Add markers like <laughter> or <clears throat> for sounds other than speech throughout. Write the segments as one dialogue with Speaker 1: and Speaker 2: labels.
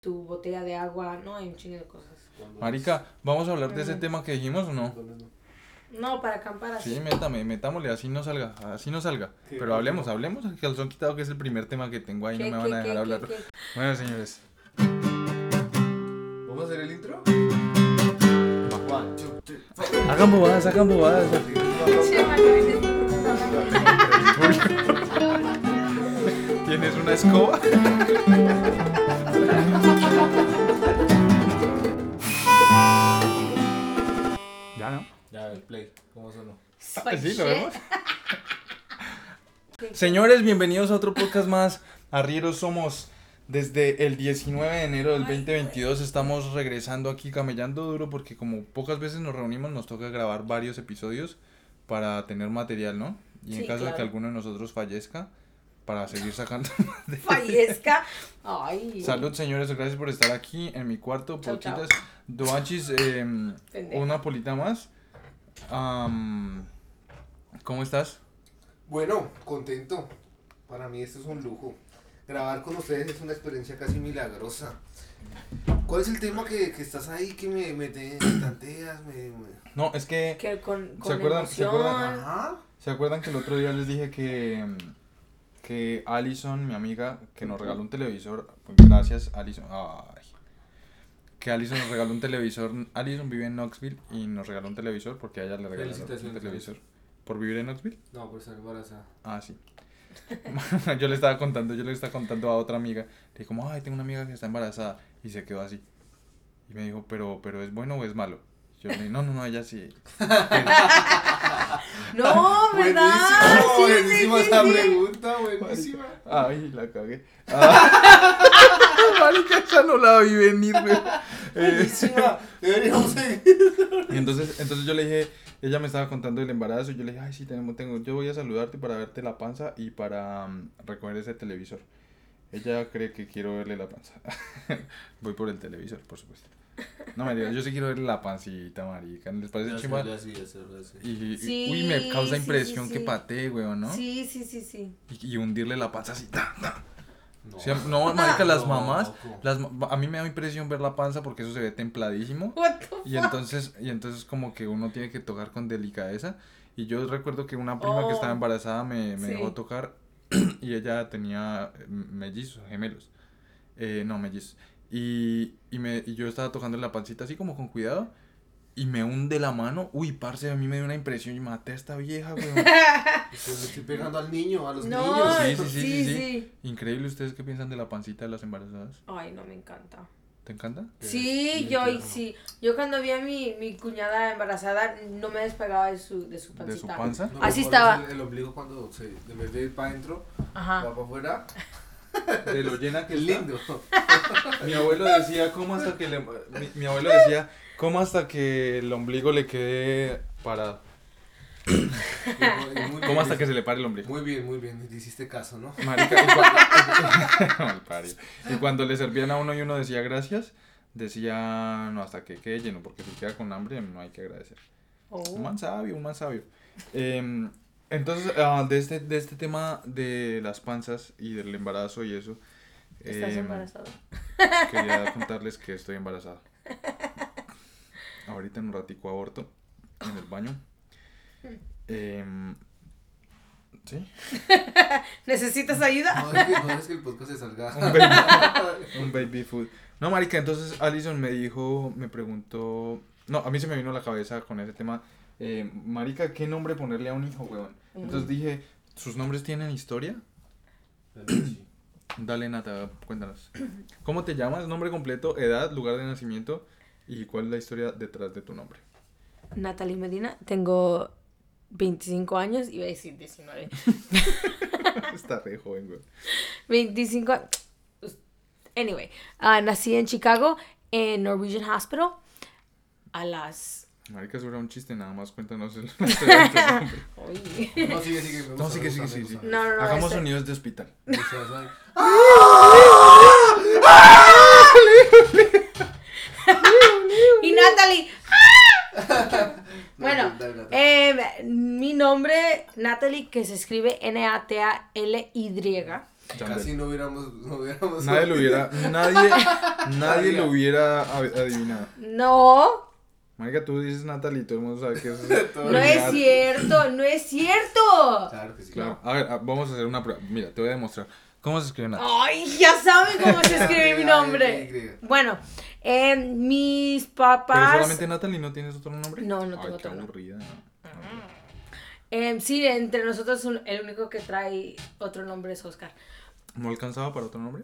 Speaker 1: tu botella de agua, no, hay un chingo de cosas.
Speaker 2: Marica, ¿vamos a hablar de ese
Speaker 1: Ujú.
Speaker 2: tema que dijimos o no?
Speaker 1: No, para acampar así.
Speaker 2: Sí, métame, metámosle, así no salga, así no salga.
Speaker 3: Sí,
Speaker 2: Pero hablemos, hablemos, el calzón quitado que es el primer tema que tengo ahí, no
Speaker 1: ¿Qué,
Speaker 2: me
Speaker 1: qué,
Speaker 2: van a
Speaker 1: qué,
Speaker 2: dejar
Speaker 1: qué,
Speaker 2: hablar.
Speaker 1: qué?
Speaker 2: Bueno, señores,
Speaker 3: ¿Vamos a hacer el intro? One, two, three, four.
Speaker 2: hagan bobadas, hagan bobadas.
Speaker 1: Che, Manuel,
Speaker 2: Ah,
Speaker 1: estás hablando.
Speaker 2: ¿Tienes una <laughs> escoba?
Speaker 4: Ya no.
Speaker 3: Ya, el play, ¿cómo sonó?
Speaker 1: Soy
Speaker 2: Sí,
Speaker 1: Pues shit.
Speaker 2: lo vemos. Señores, bienvenidos a otro podcast más. Arrieros somos desde el 19 de enero del 2022. Estamos regresando aquí camellando duro porque como pocas veces nos reunimos nos toca grabar varios episodios para tener material, ¿no? Y en
Speaker 1: Sí,
Speaker 2: caso de que
Speaker 1: claro.
Speaker 2: alguno de nosotros fallezca, para
Speaker 1: <laughs>
Speaker 2: seguir sacando.
Speaker 1: <laughs> Fallezca. Ay.
Speaker 2: Salud, señores. Gracias por estar aquí en mi cuarto.
Speaker 1: Chao, chao.
Speaker 2: Pochitas, Doachis, eh,
Speaker 1: Pendejo.
Speaker 2: una polita más. Am, ¿Cómo estás?
Speaker 5: Bueno, contento. Para mí esto es un lujo. Grabar con ustedes es una experiencia casi milagrosa. ¿Cuál es el tema que, que estás ahí que me, me, te- me tanteas? Me, me-
Speaker 2: No, es que...
Speaker 1: Que con, con
Speaker 2: acuerdan- se
Speaker 1: emoción.
Speaker 2: acuerdan?
Speaker 5: Ajá.
Speaker 2: ¿Se acuerdan que el otro día les dije que, mm, que Allison, mi amiga, que nos regaló un televisor? pues, Gracias, Allison. Ay. Que Allison nos regaló un televisor. Allison vive en Knoxville y nos regaló un televisor porque a ella le regaló un
Speaker 3: Felicitaciones,
Speaker 2: televisor. ¿Por vivir en Knoxville?
Speaker 3: No, por estar embarazada.
Speaker 2: Ah, sí. <laughs> yo le estaba contando, yo le estaba contando a otra amiga. Le dije como, ay, tengo una amiga que está embarazada. Y se quedó así. Y me dijo, pero, pero ¿es bueno o es malo? Yo le dije, no, no, no, ella sí. Ah.
Speaker 1: No,
Speaker 2: <laughs>
Speaker 1: ¿verdad?
Speaker 5: Buenísimo,
Speaker 1: Sí, sí,
Speaker 5: buenísima
Speaker 1: sí,
Speaker 5: esa
Speaker 1: sí.
Speaker 5: pregunta, buenísima.
Speaker 2: Ay, la cagué. Ah. <laughs> Marica, esa no la vi venir, güey. Eh,
Speaker 5: Buenísima. Deberíamos seguir.
Speaker 2: y entonces, entonces yo le dije, ella me estaba contando del embarazo y yo le dije, ay, sí, tenemos, tengo, yo voy a saludarte para verte la panza y para mm, recoger ese televisor. Ella cree que quiero verle la panza. <laughs> voy por el televisor, por supuesto. No, me yo sí quiero verle la pancita, marica. ¿No ¿Les parece chimba?
Speaker 3: así, hacerlo así.
Speaker 2: Y, y-
Speaker 1: Sí,
Speaker 2: uy, me
Speaker 1: sí, sí,
Speaker 2: causa impresión
Speaker 1: sí.
Speaker 2: que patee, güey, ¿no?
Speaker 1: Sí, sí, sí, sí.
Speaker 2: Y, y hundirle la panza así, ta, ta.
Speaker 3: No,
Speaker 2: O sea, no, marica, las
Speaker 3: No,
Speaker 2: mamás,
Speaker 3: loco.
Speaker 2: las, ma- a mí me da impresión ver la panza porque eso se ve templadísimo
Speaker 1: What the fuck?
Speaker 2: y entonces, y entonces como que uno tiene que tocar con delicadeza y yo recuerdo que una prima
Speaker 1: Oh.
Speaker 2: que estaba embarazada me, me
Speaker 1: Sí.
Speaker 2: dejó tocar <clears throat> y ella tenía eh, mellizos, gemelos, Eh, no, mellizos, y, y, me, y yo estaba tocando la pancita así como con cuidado y me hunde la mano, uy, parce, a mí me dio una impresión y maté a esta vieja,
Speaker 1: <laughs>
Speaker 2: weón.
Speaker 5: Pues le estoy pegando al niño, a los
Speaker 1: No,
Speaker 5: niños.
Speaker 1: sí,
Speaker 2: Sí, sí,
Speaker 1: sí,
Speaker 2: sí, sí, sí. Increíble, ¿ustedes qué piensan de la pancita de las embarazadas?
Speaker 1: Ay, no me encanta.
Speaker 2: ¿Te encanta?
Speaker 1: Sí,
Speaker 3: bien
Speaker 1: yo y
Speaker 3: tierno.
Speaker 1: sí. Yo cuando vi a mi, mi cuñada embarazada no me despegaba de su, de su
Speaker 2: ¿De su
Speaker 1: pancita.
Speaker 2: panza?
Speaker 5: No,
Speaker 1: Así
Speaker 5: mejor
Speaker 1: estaba. Ah.
Speaker 5: es El, el ombligo cuando se, en vez de ir para adentro,
Speaker 1: Ajá.
Speaker 5: va para afuera.
Speaker 2: De lo
Speaker 5: <laughs>
Speaker 2: llena
Speaker 5: Qué
Speaker 1: <laughs>
Speaker 2: es
Speaker 5: lindo.
Speaker 2: Mi abuelo decía, ¿cómo hasta que le... Mi, mi abuelo decía, ¿cómo hasta que el ombligo le quede parado? ¿Cómo hasta que se le pare el ombligo?
Speaker 5: Muy bien, muy bien. Le hiciste
Speaker 1: <laughs>
Speaker 5: caso, ¿no?
Speaker 2: Marica, y cuando... <laughs> Malparido. Y cuando le servían a uno y uno decía gracias, decía, no, hasta que quede lleno, porque si queda con hambre no hay que agradecer. Un
Speaker 1: Oh.
Speaker 2: man sabio, un man sabio. Em, entonces, ah, de, este, de este tema de las panzas y del embarazo y eso...
Speaker 1: Estás
Speaker 2: em,
Speaker 1: embarazada.
Speaker 2: Quería contarles que estoy embarazada. Ahorita en un ratico aborto en el baño. Em, ¿Sí?
Speaker 1: ¿Necesitas ayuda?
Speaker 5: No es que, no es que el podcast se salga.
Speaker 2: Un baby, un baby food. No, marica, entonces Allison me dijo, me preguntó... No, a mí se me vino a la cabeza con ese tema. eh, marica, ¿qué nombre ponerle a un hijo, huevón? Entonces dije, ¿sus nombres tienen historia? Dale, Nata, cuéntanos. ¿Cómo te llamas? Nombre completo, edad, lugar de nacimiento y cuál es la historia detrás de tu nombre.
Speaker 1: Natalie Medina, tengo 25 años, iba a decir 19.
Speaker 2: Está re joven, güey.
Speaker 1: 25 a- pues, Anyway, ah, nací en Chicago, en Norwegian Hospital, a las...
Speaker 2: Marica, eso era un chiste, nada más
Speaker 1: <laughs>
Speaker 2: cuéntanos el...
Speaker 1: Uy.
Speaker 5: <laughs> No, sigue, sigue. me gusta,
Speaker 2: No, sigue,
Speaker 5: me
Speaker 2: sigue,
Speaker 5: gusta, me
Speaker 2: sigue,
Speaker 5: gusta.
Speaker 1: No, no, no.
Speaker 2: Hagamos
Speaker 1: este-
Speaker 2: sonidos de hospital.
Speaker 5: O sea, ¿sabes?
Speaker 1: Y Natalie.
Speaker 5: No,
Speaker 1: Bueno,
Speaker 5: dale, dale, dale.
Speaker 1: em, eh, mi nombre, Natalie, que se escribe N-A-T-A-L-Y,
Speaker 5: Casi no hubiéramos, no hubiéramos.
Speaker 2: Nadie lo hubiera, nadie, nadie lo hubiera a- adivinado.
Speaker 1: No,
Speaker 2: Marica, tú dices Natalie, todo el mundo sabe que es.
Speaker 5: Todo
Speaker 1: no es cierto, no es cierto.
Speaker 5: <laughs> Claro que sí.
Speaker 2: Claro. A ver, a- vamos a hacer una prueba. Mira, te voy a demostrar. ¿Cómo se escribe Natalie?
Speaker 1: Ay, ya saben cómo se escribe
Speaker 2: <laughs>
Speaker 1: mi nombre.
Speaker 5: Griega.
Speaker 1: Bueno, eh, mis
Speaker 2: ¿Pero
Speaker 1: papás.
Speaker 2: solamente Natalie no tienes otro nombre?
Speaker 1: No, no
Speaker 2: Ay,
Speaker 1: tengo
Speaker 2: qué
Speaker 1: otro nombre.
Speaker 2: aburrida.
Speaker 1: eh, sí, entre nosotros un- el único que trae otro nombre es Oscar.
Speaker 2: ¿No alcanzaba para otro nombre?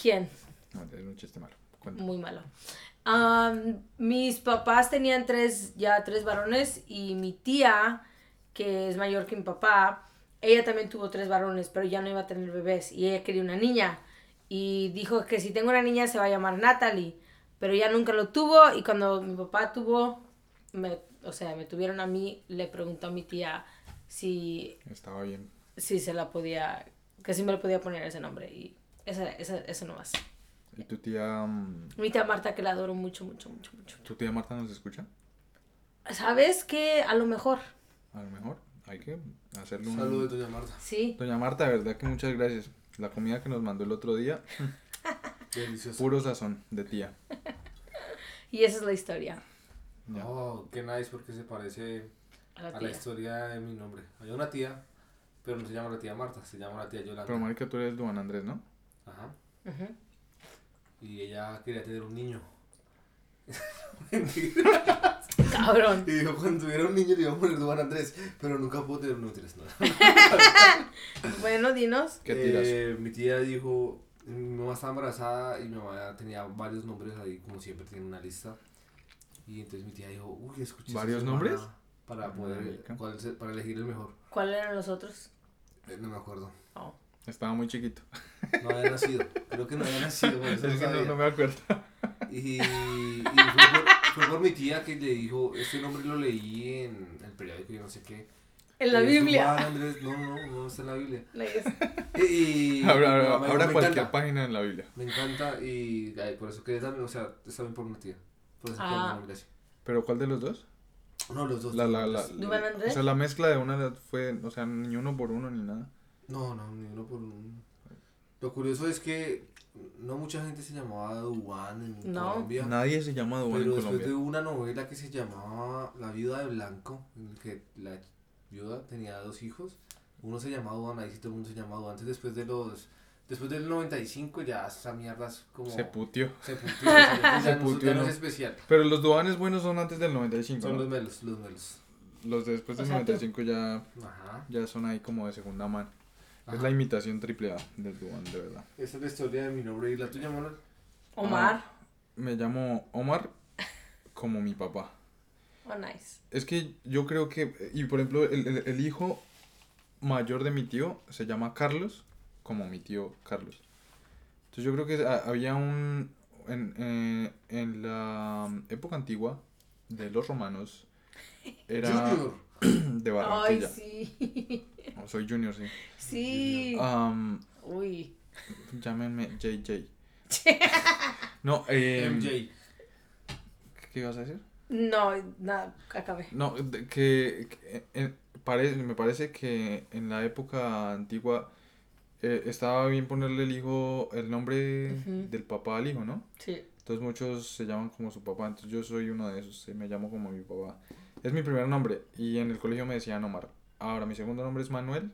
Speaker 1: ¿Quién?
Speaker 2: No, es un chiste malo. Cuenta.
Speaker 1: Muy malo. Am, mis papás tenían tres, ya tres varones y mi tía, que es mayor que mi papá, ella también tuvo tres varones, pero ya no iba a tener bebés y ella quería una niña. Y dijo que si tengo una niña se va a llamar Natalie, pero ella nunca lo tuvo y cuando mi papá tuvo, me- o sea, me tuvieron a mí, le preguntó a mi tía si,
Speaker 2: Estaba bien.
Speaker 1: si se la podía, que si me le podía poner ese nombre y esa, esa, eso nomás.
Speaker 2: ¿Y tu tía. mm,
Speaker 1: Mi tía Marta, que la adoro mucho, mucho, mucho, mucho.
Speaker 2: ¿Tu tía Marta nos escucha?
Speaker 1: ¿Sabes qué? A lo mejor,
Speaker 2: A lo mejor. Hay que hacerle un.
Speaker 5: Saludos, doña Marta.
Speaker 1: sí.
Speaker 2: Doña Marta, de verdad que muchas gracias. La comida que nos mandó el otro día,
Speaker 5: Delicioso.
Speaker 2: puro sazón de tía.
Speaker 1: Y esa es la historia.
Speaker 2: Ya.
Speaker 5: Oh, qué nice porque se parece
Speaker 1: A la
Speaker 5: a la
Speaker 1: tía.
Speaker 5: historia de mi nombre. Hay una tía, pero no se llama la tía Marta, se llama la tía Yolanda.
Speaker 2: Pero marica, tú eres Duan Andrés, ¿no?
Speaker 5: Ajá.
Speaker 1: Ujú.
Speaker 5: Y ella quería tener un niño. <laughs>
Speaker 1: Cabrón.
Speaker 5: Y dijo, cuando tuviera un niño le iba a poner Duan Andrés, pero nunca pudo tener un Andrés. No.
Speaker 1: Bueno, dinos.
Speaker 2: ¿Qué tiras?
Speaker 5: Eh, mi tía dijo, mi mamá estaba embarazada y mi mamá tenía varios nombres ahí, como siempre tiene una lista. Y entonces mi tía dijo, uy, escuché. esta
Speaker 2: ¿Varios
Speaker 5: semana
Speaker 2: nombres? Ah,
Speaker 5: Para poder,
Speaker 2: Marica.
Speaker 5: cuál se- para elegir el mejor.
Speaker 1: ¿Cuáles eran los otros?
Speaker 5: Eh, no me acuerdo.
Speaker 1: Oh.
Speaker 2: Estaba muy chiquito.
Speaker 5: No había nacido. Creo que no había nacido.
Speaker 2: <laughs>
Speaker 5: por
Speaker 2: Es
Speaker 5: eso no
Speaker 2: que no,
Speaker 5: sabía.
Speaker 2: no me acuerdo.
Speaker 5: Y, y fue, por, fue por mi tía que le dijo, este nombre lo leí en el periódico, yo no sé qué.
Speaker 1: En la
Speaker 5: Y yo,
Speaker 1: Biblia.
Speaker 5: "Juan Andrés", no, no, no está en la Biblia.
Speaker 1: La es-
Speaker 5: Y,
Speaker 2: <laughs>
Speaker 5: y
Speaker 2: Habrá,
Speaker 5: mi
Speaker 2: habrá-
Speaker 5: mamá dijo,
Speaker 2: habrá
Speaker 5: "Me
Speaker 2: cualquier
Speaker 5: encanta".
Speaker 2: página en la Biblia.
Speaker 5: Me encanta y ay, por eso que también, o sea, es también por una tía. Por eso que
Speaker 1: Ah.
Speaker 5: me nombré así.
Speaker 2: ¿Pero cuál de los dos?
Speaker 5: No, los dos.
Speaker 2: La, la, la,
Speaker 1: ¿Duan Andrés?
Speaker 2: O sea, la mezcla de una de las fue, o sea, ni uno por uno ni nada.
Speaker 5: No, no, ni uno por un. Lo curioso es que no mucha gente se llamaba Duan en
Speaker 1: No.
Speaker 5: Colombia.
Speaker 2: Nadie se llama Duan
Speaker 5: pero
Speaker 2: en
Speaker 5: después
Speaker 2: Colombia.
Speaker 5: de una novela que se llamaba La viuda de Blanco, en el que la viuda tenía dos hijos, uno se llamaba Duan, ahí sí todo el mundo se llamaba Duan. Entonces después de los, después del 95 ya esa mierda es como...
Speaker 2: Se putió.
Speaker 5: Se putió. o sea,
Speaker 2: <laughs>
Speaker 5: ya no-
Speaker 2: Se
Speaker 5: ya no
Speaker 2: putió, ¿no?
Speaker 5: es especial.
Speaker 2: Pero los Duanes buenos son antes del 95.
Speaker 5: Son
Speaker 2: ¿no?
Speaker 5: los melos, los melos.
Speaker 2: Los de después
Speaker 1: O
Speaker 2: del
Speaker 1: sea, tú.
Speaker 2: 95 ya,
Speaker 5: Ajá.
Speaker 2: ya son ahí como de segunda mano. Es
Speaker 5: Ajá.
Speaker 2: la imitación triple A del Duan, de verdad.
Speaker 5: Esa es la historia de mi nombre y la tuya, Manuel.
Speaker 1: Omar.
Speaker 2: Me llamo Omar como mi papá.
Speaker 1: Oh, nice.
Speaker 2: Es que yo creo que, y por ejemplo, el, el- el hijo mayor de mi tío se llama Carlos, como mi tío Carlos. Entonces yo creo que ha- había un, en, eh, en la época antigua de los romanos,
Speaker 5: <laughs>
Speaker 2: era
Speaker 5: Junior.
Speaker 2: de
Speaker 1: Ay,
Speaker 2: Barranquilla.
Speaker 1: sí. <laughs>
Speaker 2: Oh, Soy junior, sí.
Speaker 1: Sí.
Speaker 2: Am,
Speaker 1: Uy.
Speaker 2: llámenme
Speaker 1: <laughs>
Speaker 2: JJ. No, eh,
Speaker 5: MJ.
Speaker 2: ¿qué ibas a decir?
Speaker 1: No, nada, acabé.
Speaker 2: No, de- que, que en- pare- me parece que en la época antigua eh, estaba bien ponerle el hijo, el nombre
Speaker 1: Ujú.
Speaker 2: del papá al hijo, ¿no?
Speaker 1: Sí.
Speaker 2: Entonces muchos se llaman como su papá, entonces yo soy uno de esos, eh, me llamo como mi papá. Es mi primer nombre y en el colegio me decían Omar. Ahora mi segundo nombre es Manuel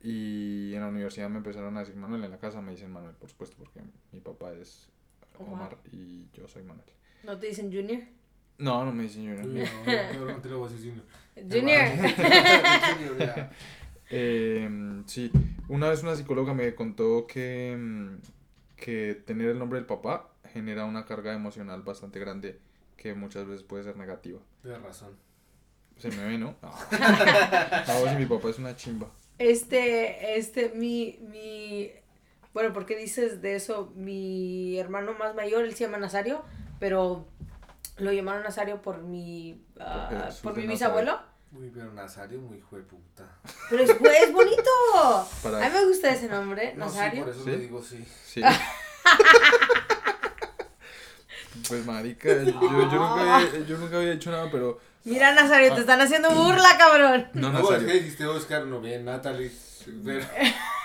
Speaker 2: y en la universidad me empezaron a decir Manuel, en la casa me dicen Manuel, por supuesto, porque mi papá es
Speaker 1: Omar.
Speaker 2: Omar y yo soy Manuel.
Speaker 1: ¿No te dicen Junior?
Speaker 2: No, no me dicen Junior.
Speaker 5: No, no, no te lo voy a decir Junior. Em, ah,
Speaker 1: Junior.
Speaker 5: Junior, ya.
Speaker 1: <laughs>
Speaker 2: Eh, sí, una vez una psicóloga me contó que, mm, que tener el nombre del papá genera una carga emocional bastante grande que muchas veces puede ser negativa.
Speaker 5: Tienes razón.
Speaker 2: Se me ve, ¿no? Ah, Ah, vos y mi papá es una chimba.
Speaker 1: Este, este, mi, mi, bueno, ¿por qué dices de eso? Mi hermano más mayor, él se llama Nazario, pero lo llamaron Nazario por mi, ah,
Speaker 2: Porque Jesús
Speaker 1: por
Speaker 2: de
Speaker 1: mi
Speaker 2: Nazaret.
Speaker 1: bisabuelo.
Speaker 5: Muy pero Nazario, muy hijo de puta.
Speaker 1: Pero es, bu- es bonito.
Speaker 2: <laughs> Para-
Speaker 1: A mí me gusta ese nombre,
Speaker 5: No, sí,
Speaker 1: Nazario.
Speaker 5: por eso
Speaker 2: ¿Sí?
Speaker 5: le digo sí.
Speaker 2: Sí. Pues marica, yo, yo nunca había, yo nunca había hecho nada, pero...
Speaker 1: Mira,
Speaker 2: Ah.
Speaker 1: Nazario, te
Speaker 2: <laughs>
Speaker 1: están haciendo burla, cabrón.
Speaker 2: No,
Speaker 5: No, "Oh, es
Speaker 1: <laughs>
Speaker 2: Nazario.
Speaker 5: que dijiste Oscar, no bien, Natalie. Pero...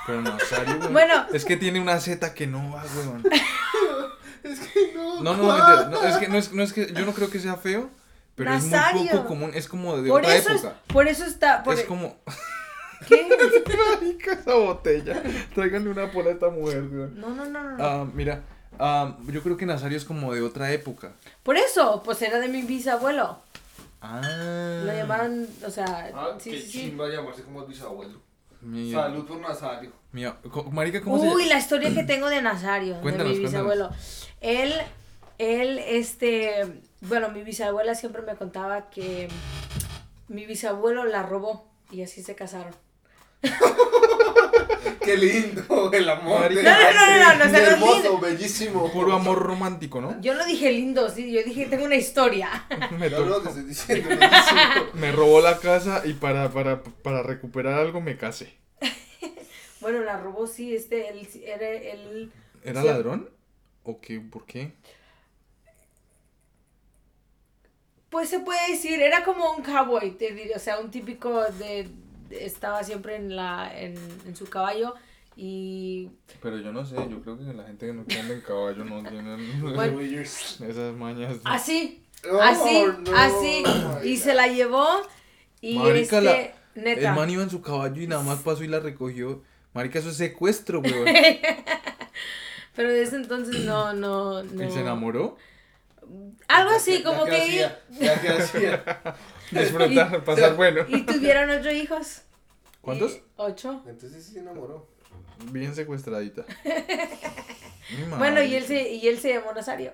Speaker 2: Pero no, Sari, weón.
Speaker 1: Bueno.
Speaker 2: Es que tiene una Z que no va, weón.
Speaker 5: Es que no.
Speaker 2: No, no, no, mentira, no, es que, no, es, no es que yo no creo que sea feo, pero es muy
Speaker 1: Nazario.
Speaker 2: poco común. Es como de
Speaker 1: por
Speaker 2: otra
Speaker 1: eso, es-
Speaker 2: época.
Speaker 1: por eso está. Por, e-
Speaker 2: Es como.
Speaker 1: ¿Qué?
Speaker 2: Marica, esa botella. Tráiganle una pola a esta mujer, weón.
Speaker 1: No, no, no, no, no.
Speaker 2: Ah, mira, ah, yo creo que Nazario es como de otra época.
Speaker 1: Por eso, pues era de mi bisabuelo.
Speaker 2: Ah.
Speaker 1: Lo llamaron, o sea,
Speaker 5: Ah,
Speaker 1: sí,
Speaker 5: qué
Speaker 1: sí, sí.
Speaker 5: chimba llamarse como el bisabuelo.
Speaker 2: Mi-
Speaker 5: Salud por Nazario.
Speaker 2: Mira, co- marica, ¿cómo se
Speaker 1: Uy,
Speaker 2: llama?
Speaker 1: la historia
Speaker 2: <clears throat>
Speaker 1: que tengo de Nazario,
Speaker 2: Cuéntanos,
Speaker 1: de mi bisabuelo. Él, él, este, bueno, mi bisabuela siempre me contaba que mi bisabuelo la robó y así se casaron.
Speaker 5: Qué lindo <laughs> el amor.
Speaker 2: Marica.
Speaker 5: de-
Speaker 1: No, no, no, no, no, no,
Speaker 5: de
Speaker 1: no, no,
Speaker 5: Hermoso, bellísimo.
Speaker 2: Puro amor
Speaker 1: <laughs>
Speaker 2: romántico, ¿no?
Speaker 1: Yo no dije lindo, sí, yo dije tengo una historia. <laughs>
Speaker 2: Me,
Speaker 5: Yo lo
Speaker 2: tocó-
Speaker 5: que estoy diciendo.
Speaker 2: <laughs>
Speaker 5: bellísimo.
Speaker 2: me robó la casa y para, para, para recuperar algo me casé.
Speaker 1: Bueno, la robó, sí, este, él, era, él,
Speaker 2: ¿Era
Speaker 1: Sí.
Speaker 2: ladrón? ¿O qué? ¿Por qué?
Speaker 1: pues se puede decir, era como un cowboy, te diré, o sea, un típico de, de- estaba siempre en la, en, en su caballo y
Speaker 2: Pero yo no sé, yo creo que la gente que no anda en caballo no tiene
Speaker 1: <laughs>
Speaker 2: <laughs>
Speaker 1: Bueno. Ah,
Speaker 2: esas mañas. de-
Speaker 1: así,
Speaker 5: Oh,
Speaker 1: Así,
Speaker 5: no,
Speaker 1: así.
Speaker 5: my
Speaker 1: Y
Speaker 5: God.
Speaker 1: se la llevó. Y
Speaker 2: Marica, la-
Speaker 1: este, neta.
Speaker 2: El man iba en su caballo y nada más pasó y la recogió. Marica, eso
Speaker 1: <laughs>
Speaker 2: es secuestro, weón.
Speaker 1: Pero desde entonces no, no, no.
Speaker 2: ¿Y se enamoró?
Speaker 1: <laughs> Algo así,
Speaker 5: Ya
Speaker 1: como que.
Speaker 5: hacía, ya
Speaker 1: <laughs>
Speaker 5: que hacía.
Speaker 2: Disfrutar, pasar bueno.
Speaker 1: Y tuvieron ocho hijos.
Speaker 2: <laughs> ¿Cuántos?
Speaker 1: Y- ocho.
Speaker 5: Entonces sí se enamoró.
Speaker 1: <laughs>
Speaker 2: Bien secuestradita. Mi
Speaker 1: Bueno, y
Speaker 2: madre.
Speaker 1: él se, y él se llamó Nazario.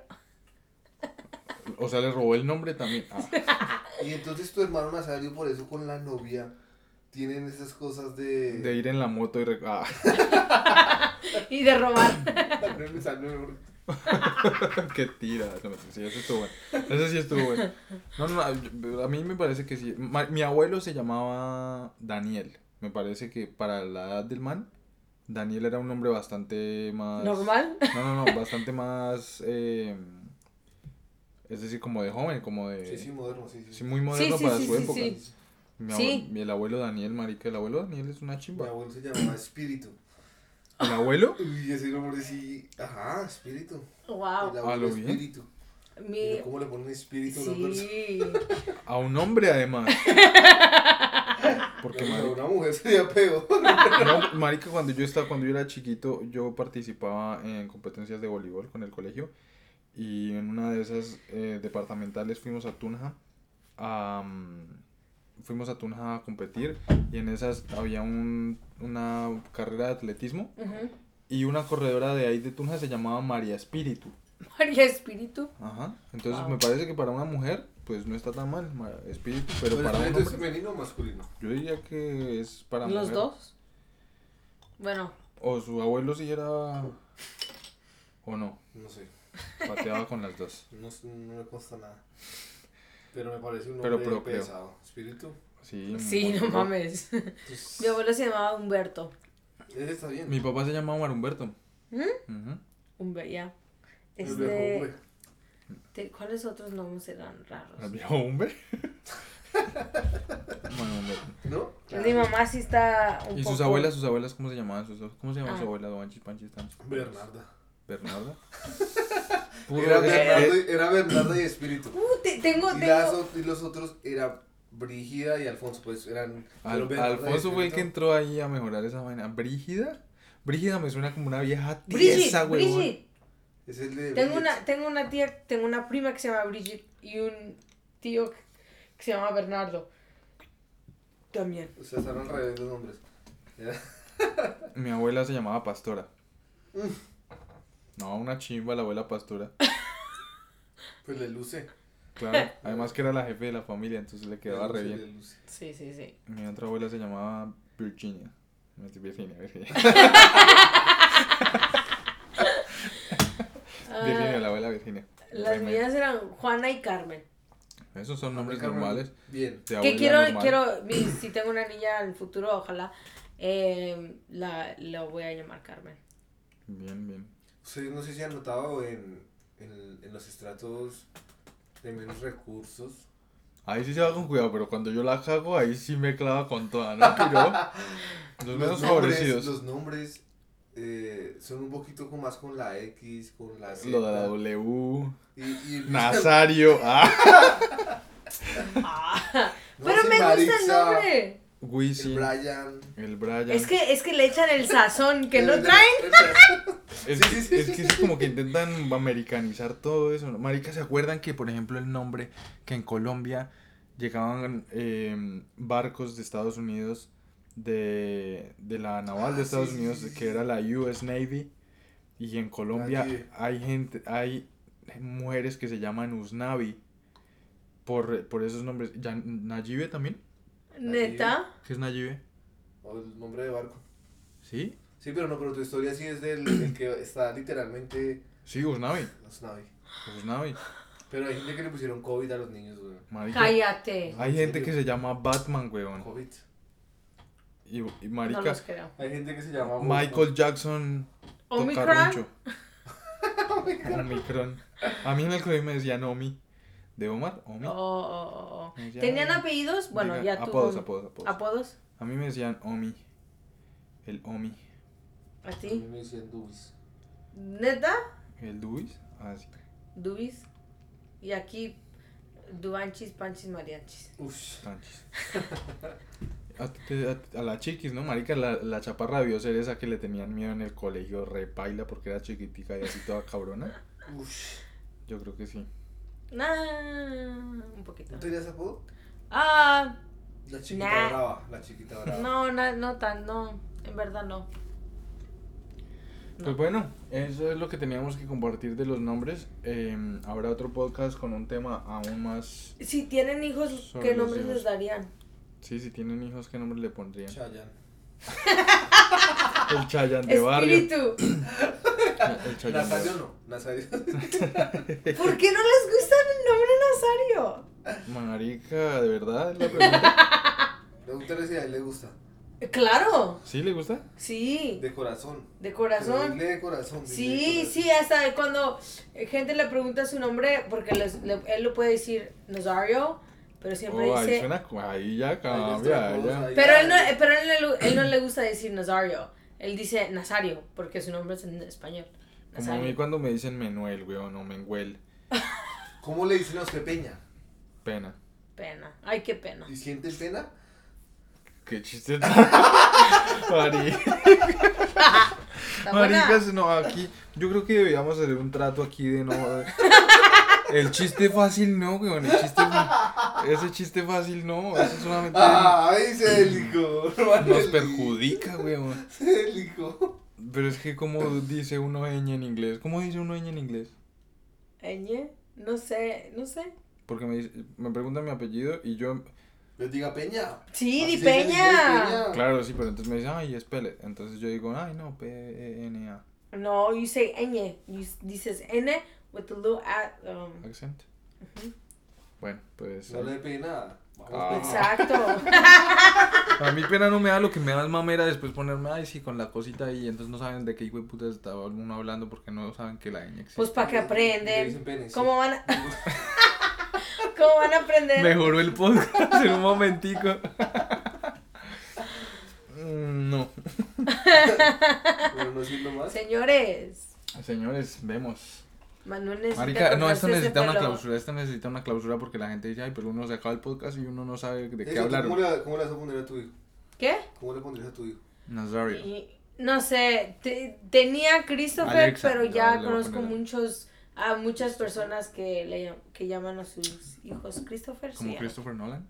Speaker 2: O sea, le robó el nombre también.
Speaker 1: <laughs>
Speaker 2: Ah.
Speaker 5: Y entonces tu hermano Nazario, por eso con la novia, tienen esas cosas de. <laughs>
Speaker 2: De ir en la moto y... rec- Ah,
Speaker 1: Y de robar.
Speaker 5: Aprende a usar mejor.
Speaker 2: qué tira. No, mentira, sí, eso estuvo bueno. Eso sí estuvo bueno. No, no, yo- a mí me parece que sí. Ma- Mi abuelo se llamaba Daniel. Me parece que para la edad del man, Daniel era un hombre bastante más...
Speaker 1: Normal.
Speaker 2: No, no, no, bastante más... eh, es decir, como de joven, como de...
Speaker 5: Sí, sí, moderno, sí, sí.
Speaker 2: sí, muy moderno
Speaker 1: sí,
Speaker 2: para
Speaker 1: sí,
Speaker 2: su
Speaker 1: sí,
Speaker 2: época.
Speaker 1: sí.
Speaker 2: Mi
Speaker 1: Sí.
Speaker 2: abue- el abuelo Daniel, marica, el abuelo Daniel es una
Speaker 5: Mi
Speaker 2: chimba.
Speaker 5: abuelo se llamaba Espíritu.
Speaker 2: ¿El abuelo?
Speaker 5: Uy, ese nombre sí. Ajá, Espíritu. El
Speaker 1: Wow.
Speaker 2: Ah,
Speaker 5: abuelo
Speaker 2: ¿lo vi?
Speaker 5: Espíritu.
Speaker 1: Mi.
Speaker 5: Mira ¿Cómo le ponen espíritu a una persona?
Speaker 1: Eh, Sí.
Speaker 2: A un hombre, además. Porque,
Speaker 5: No, A
Speaker 2: marica,
Speaker 5: una mujer <laughs> sería peor.
Speaker 2: no, marica, cuando yo estaba, cuando yo era chiquito, yo participaba en competencias de voleibol con el colegio. Y en una de esas eh, departamentales fuimos a Tunja. a, mm, fuimos a Tunja a competir. Y en esas había un, una carrera de atletismo.
Speaker 1: <laughs> Ujú.
Speaker 2: Y una corredora de ahí de Tunja se llamaba María Espíritu.
Speaker 1: María Espíritu.
Speaker 2: Ajá. Entonces
Speaker 1: Wow.
Speaker 2: me parece que para una mujer, pues no está tan mal, ma- espíritu, pero
Speaker 1: Pues,
Speaker 2: para un
Speaker 5: espíritu es
Speaker 2: hombre,
Speaker 5: femenino o masculino?
Speaker 2: yo diría que es para
Speaker 1: Los
Speaker 2: mujer.
Speaker 1: dos. Bueno.
Speaker 2: O su abuelo si era o no,
Speaker 5: No sé.
Speaker 2: pateaba con las dos.
Speaker 5: No, sé, no me consta nada. Pero me parece un
Speaker 2: Pero
Speaker 5: nombre
Speaker 2: procreo.
Speaker 5: pesado. Espíritu.
Speaker 1: <laughs>
Speaker 2: Sí.
Speaker 1: Sí,
Speaker 2: muy
Speaker 1: no
Speaker 2: duro.
Speaker 1: mames.
Speaker 5: Entonces,
Speaker 1: Mi abuelo se llamaba Humberto.
Speaker 5: ese está bien.
Speaker 2: Mi papá se llamaba Omar Humberto.
Speaker 1: ¿Mm?
Speaker 2: Ujú.
Speaker 1: Humberto, ya.
Speaker 5: El viejo
Speaker 1: Este.
Speaker 5: hombre.
Speaker 1: Te- ¿Cuáles otros nombres eran
Speaker 2: ¿El
Speaker 1: raros?
Speaker 2: viejo <laughs> hombre? Bueno, Humberto.
Speaker 5: ¿No?
Speaker 1: Pues Mi mamá sí está un
Speaker 2: ¿Y sus
Speaker 1: poco-
Speaker 2: abuelas, sus abuelas cómo se llamaban? Sus, ¿Cómo se llamaba su
Speaker 1: Ah.
Speaker 2: abuela? Don Anchis, Panchis, Tanchis, Panchis?
Speaker 5: Bernarda.
Speaker 1: <laughs>
Speaker 2: Bernarda. Puro-
Speaker 5: Era
Speaker 2: eh,
Speaker 5: Bernarda, y- era Bernarda y Espíritu.
Speaker 1: Uh, te- tengo,
Speaker 5: Y,
Speaker 1: tengo...
Speaker 5: las o- y los otros era Brígida y Alfonso, pues eran.
Speaker 2: Al-
Speaker 5: pero Bernarda y
Speaker 2: Alfonso fue el que
Speaker 5: Espíritu-
Speaker 2: entró ahí a mejorar esa vaina. ¿Brígida? Brígida me suena como una vieja
Speaker 1: Bridget,
Speaker 2: tiesa, huevón.
Speaker 1: Bridget.
Speaker 5: Es el de.
Speaker 1: Tengo
Speaker 5: Bridget.
Speaker 1: una, tengo una tía, tengo una prima que se llama Bridget y un tío que que se llama Bernardo. También.
Speaker 5: O sea, están al revés los nombres. Era-
Speaker 2: Mi abuela se llamaba Pastora.
Speaker 5: Mm.
Speaker 2: No, una chimba la
Speaker 5: <laughs>
Speaker 2: abuela Pastora.
Speaker 5: <laughs> Pues le luce.
Speaker 2: Claro, además que era la jefe de la familia, entonces le quedaba
Speaker 5: Le
Speaker 2: re
Speaker 5: luce,
Speaker 2: bien.
Speaker 5: le luce.
Speaker 1: Sí, sí, sí.
Speaker 2: Mi otra abuela se llamaba Virginia. No, es Virginia, Virginia.
Speaker 1: <laughs> Ah,
Speaker 2: Virginia, la abuela Virginia.
Speaker 1: las
Speaker 2: Remedio.
Speaker 1: mías eran Juana y Carmen.
Speaker 2: Esos son nombres
Speaker 5: Carmen,
Speaker 2: normales.
Speaker 5: Bien.
Speaker 2: de
Speaker 1: Que
Speaker 2: abuela
Speaker 1: quiero,
Speaker 2: normal.
Speaker 1: quiero, mi- si tengo una niña en el futuro, ojalá, eh, la, la voy a llamar Carmen.
Speaker 2: Bien, bien.
Speaker 5: Ustedes no sé si han notado en, en, en los estratos de menos recursos
Speaker 2: Ahí sí se va con cuidado, pero cuando yo la cago, ahí sí me clava con toda, ¿no? Pero los menos
Speaker 5: nombres,
Speaker 2: favorecidos.
Speaker 5: los nombres eh, son un poquito con- más con la X, con la Z.
Speaker 2: Lo de la W,
Speaker 5: <laughs> y, y
Speaker 2: Nazario, ah,
Speaker 1: Ah. <laughs>
Speaker 5: No,
Speaker 1: Pero
Speaker 5: sí,
Speaker 1: me gusta el
Speaker 5: Maritza,
Speaker 1: nombre.
Speaker 5: El
Speaker 2: Wisin,
Speaker 5: Brian.
Speaker 2: el Brian.
Speaker 1: Es que, es que le echan
Speaker 2: <laughs>
Speaker 1: el sazón que
Speaker 5: <laughs> el-
Speaker 1: no traen.
Speaker 2: Es,
Speaker 5: Sí, sí, sí,
Speaker 2: es
Speaker 5: sí,
Speaker 2: que
Speaker 5: sí.
Speaker 2: es como que intentan americanizar todo eso. ¿no? Marica, ¿se acuerdan que, por ejemplo, el nombre que en Colombia llegaban eh, barcos de Estados Unidos, de, de la naval
Speaker 5: Ah,
Speaker 2: de Estados
Speaker 5: sí, sí,
Speaker 2: Unidos,
Speaker 5: sí, sí,
Speaker 2: que era la US Navy? Y en Colombia
Speaker 5: Allí.
Speaker 2: hay gente, hay mujeres que se llaman Usnavi por, por esos nombres. Ya- ¿Nayibe también?
Speaker 1: Neta.
Speaker 2: ¿Qué es Nayibe?
Speaker 5: O el nombre de barco.
Speaker 2: ¿Sí?
Speaker 5: Sí, pero no, pero tu historia sí es del el que está literalmente.
Speaker 2: Sí, Usnavi.
Speaker 5: los Navi.
Speaker 2: Usnavi.
Speaker 5: Pero hay gente que le pusieron COVID a los niños, güey.
Speaker 2: marica.
Speaker 1: Cállate.
Speaker 2: Hay
Speaker 5: ¿En
Speaker 2: gente
Speaker 5: serio?
Speaker 2: que se llama Batman, weón.
Speaker 5: COVID.
Speaker 2: Y, y
Speaker 1: No
Speaker 2: marica,
Speaker 1: los creo.
Speaker 5: Hay gente que se llama.
Speaker 2: Michael Jackson
Speaker 1: Omicron. <laughs>
Speaker 2: tocarrucho. Omicron. A mí en el colegio me decían Omi. ¿De Omar? Omi.
Speaker 1: Oh, oh, oh, oh.
Speaker 2: Me decían-
Speaker 1: ¿Tenían apellidos? Bueno,
Speaker 2: Pues Diga,
Speaker 1: ya tú.
Speaker 2: Apodos, apodos, apodos.
Speaker 1: ¿Apodos?
Speaker 2: A mí me decían Omi. El Omi.
Speaker 1: ¿A
Speaker 5: A mí
Speaker 1: ti?
Speaker 5: me decían Dubis.
Speaker 1: ¿Neta?
Speaker 2: El Luis. Ah, sí.
Speaker 1: Dubis. Y aquí, Dubanchis, Panchis, Marianchis.
Speaker 5: Uf.
Speaker 1: <laughs>
Speaker 2: Tanchis. A, ti te- a ti- a la chiquis, ¿no? Marica, la, la chaparra debió ser esa que le tenían miedo en el colegio. Repaila porque era chiquitica y así toda cabrona.
Speaker 5: Uf.
Speaker 2: Yo creo que sí.
Speaker 1: Nah, un poquito.
Speaker 5: ¿No tenías apodo?
Speaker 1: Ah,
Speaker 5: La chiquita
Speaker 1: Nah.
Speaker 5: brava. La chiquita brava.
Speaker 1: no, na- no tan, no. En verdad no. No.
Speaker 2: Pues bueno, eso es lo que teníamos que compartir de los nombres. Eh, habrá otro podcast con un tema aún más.
Speaker 1: Si tienen hijos,
Speaker 2: Sobre
Speaker 1: ¿qué
Speaker 2: los
Speaker 1: nombres
Speaker 2: hijos.
Speaker 1: les darían?
Speaker 2: Sí, si tienen hijos, ¿qué nombre le pondrían?
Speaker 5: Chayan.
Speaker 2: El Chayan de barrio.
Speaker 1: Espíritu.
Speaker 2: El Chayan de
Speaker 5: Nazario
Speaker 2: barrio.
Speaker 5: no. Nazario. <laughs>
Speaker 1: ¿Por qué no les gusta el nombre Nazario?
Speaker 2: Marica, ¿de verdad? <laughs> es la pregunta?
Speaker 5: Pregúntale si a él le gusta.
Speaker 1: Eh, Claro,
Speaker 2: ¿Sí le gusta?
Speaker 1: sí.
Speaker 5: De corazón.
Speaker 1: De
Speaker 5: Pero
Speaker 1: corazón.
Speaker 5: dile de corazón. dile de
Speaker 1: Sí,
Speaker 5: corazón.
Speaker 1: sí, hasta cuando eh, gente le pregunta su nombre, porque les- le- él lo puede decir Nazario, pero siempre
Speaker 2: Oh, ahí,
Speaker 1: dice...
Speaker 2: suena, ahí ya
Speaker 5: Ahí es otra
Speaker 2: cambia.
Speaker 5: cosa,
Speaker 2: ya.
Speaker 5: ahí
Speaker 1: Pero
Speaker 5: ya-
Speaker 1: él no, eh, pero él, no le- él no le gusta decir Nazario, él dice Nazario, porque su nombre es en español.
Speaker 2: Como a mí
Speaker 1: Nazario.
Speaker 2: cuando me dicen Menuel, weón, o Menguel.
Speaker 5: ¿Cómo le dicen a usted Peña?
Speaker 2: Pena.
Speaker 1: Pena, ay, qué pena.
Speaker 5: ¿Y siente pena?
Speaker 2: Qué <laughs> chiste tan- Marica.
Speaker 1: Está buena.
Speaker 2: Maricas, no, aquí. Yo creo que deberíamos hacer un trato aquí de no. El chiste fácil no, weón. El chiste. Ese chiste fácil no. Eso solamente
Speaker 5: ¡Ay, Célico!
Speaker 2: nos
Speaker 5: <laughs>
Speaker 2: perjudica, weón.
Speaker 5: Célico.
Speaker 2: Pero es que, ¿cómo dice uno ñ en inglés? ¿Cómo dice uno ñ en inglés?
Speaker 1: Eñe, no sé, no sé.
Speaker 2: Porque me, dice- me preguntan mi apellido y yo.
Speaker 5: Les diga Peña.
Speaker 1: Sí,
Speaker 5: Así
Speaker 1: Di
Speaker 5: se dice en inglés,
Speaker 1: Peña.
Speaker 5: Peña.
Speaker 2: Claro, sí, pero entonces me dicen, ay, espele. Entonces yo digo, ay, no, P-E-N-A.
Speaker 1: No, you say Eñe, you s- dices N with a little at, um,
Speaker 2: Accent. Bueno, pues.
Speaker 5: No le pegue nada. Vamos, pues.
Speaker 2: Ah.
Speaker 5: Peña.
Speaker 2: <laughs>
Speaker 1: Exacto.
Speaker 2: A mí pena no me da lo que me da es mamera después ponerme, ay, sí, con la cosita ahí. Entonces no saben de qué hijo de puta estaba uno hablando porque no saben que la ñ existe.
Speaker 1: Pues para que
Speaker 5: Le
Speaker 1: aprenden.
Speaker 5: dicen pene, sí.
Speaker 1: ¿Cómo
Speaker 2: <laughs>
Speaker 1: van a, <laughs> ¿Cómo van a aprender?
Speaker 2: Mejoró el podcast en un momentico. Mm, no.
Speaker 5: Pero no sirve
Speaker 1: <laughs>
Speaker 5: más.
Speaker 1: Señores,
Speaker 2: Señores, vemos.
Speaker 1: Manuel necesita
Speaker 2: Marica, no, esto
Speaker 1: cortarse ese
Speaker 2: necesita una
Speaker 1: pelo.
Speaker 2: clausura. Esto necesita una clausura porque la gente dice, ay, pero uno se acaba el podcast y uno no sabe de qué
Speaker 5: Eso, ¿tú
Speaker 2: hablar.
Speaker 5: ¿Cómo le, ¿Cómo le vas a poner a tu hijo?
Speaker 1: ¿Qué?
Speaker 5: ¿Cómo le pondrías a tu hijo?
Speaker 2: Nazario.
Speaker 1: Y- no sé, te- tenía Christopher,
Speaker 2: Alexa,
Speaker 1: pero
Speaker 2: ya
Speaker 1: ya
Speaker 2: le voy a
Speaker 1: conozco
Speaker 2: poner.
Speaker 1: muchos a muchas personas que le llam- que llaman a sus hijos Christopher. se
Speaker 2: Como
Speaker 1: llama.
Speaker 2: Christopher Nolan.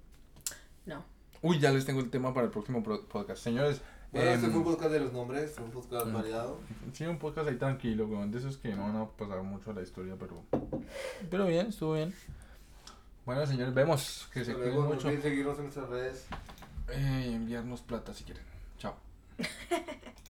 Speaker 1: No.
Speaker 2: Uy, ya les tengo el tema para el próximo pro- podcast. Señores,
Speaker 5: Bueno, este
Speaker 2: em, Ah.
Speaker 5: fue un podcast de los nombres, fue un podcast variado.
Speaker 2: Sí, un podcast ahí tranquilo, weón. De esos que no van a pasar mucho a la historia, pero. Pero bien, estuvo bien. Bueno, señores, vemos que se
Speaker 5: Hasta
Speaker 2: cuiden
Speaker 5: luego, no
Speaker 2: mucho.
Speaker 5: olviden seguirnos en nuestras redes.
Speaker 2: Eh, y enviarnos plata si quieren. Chao.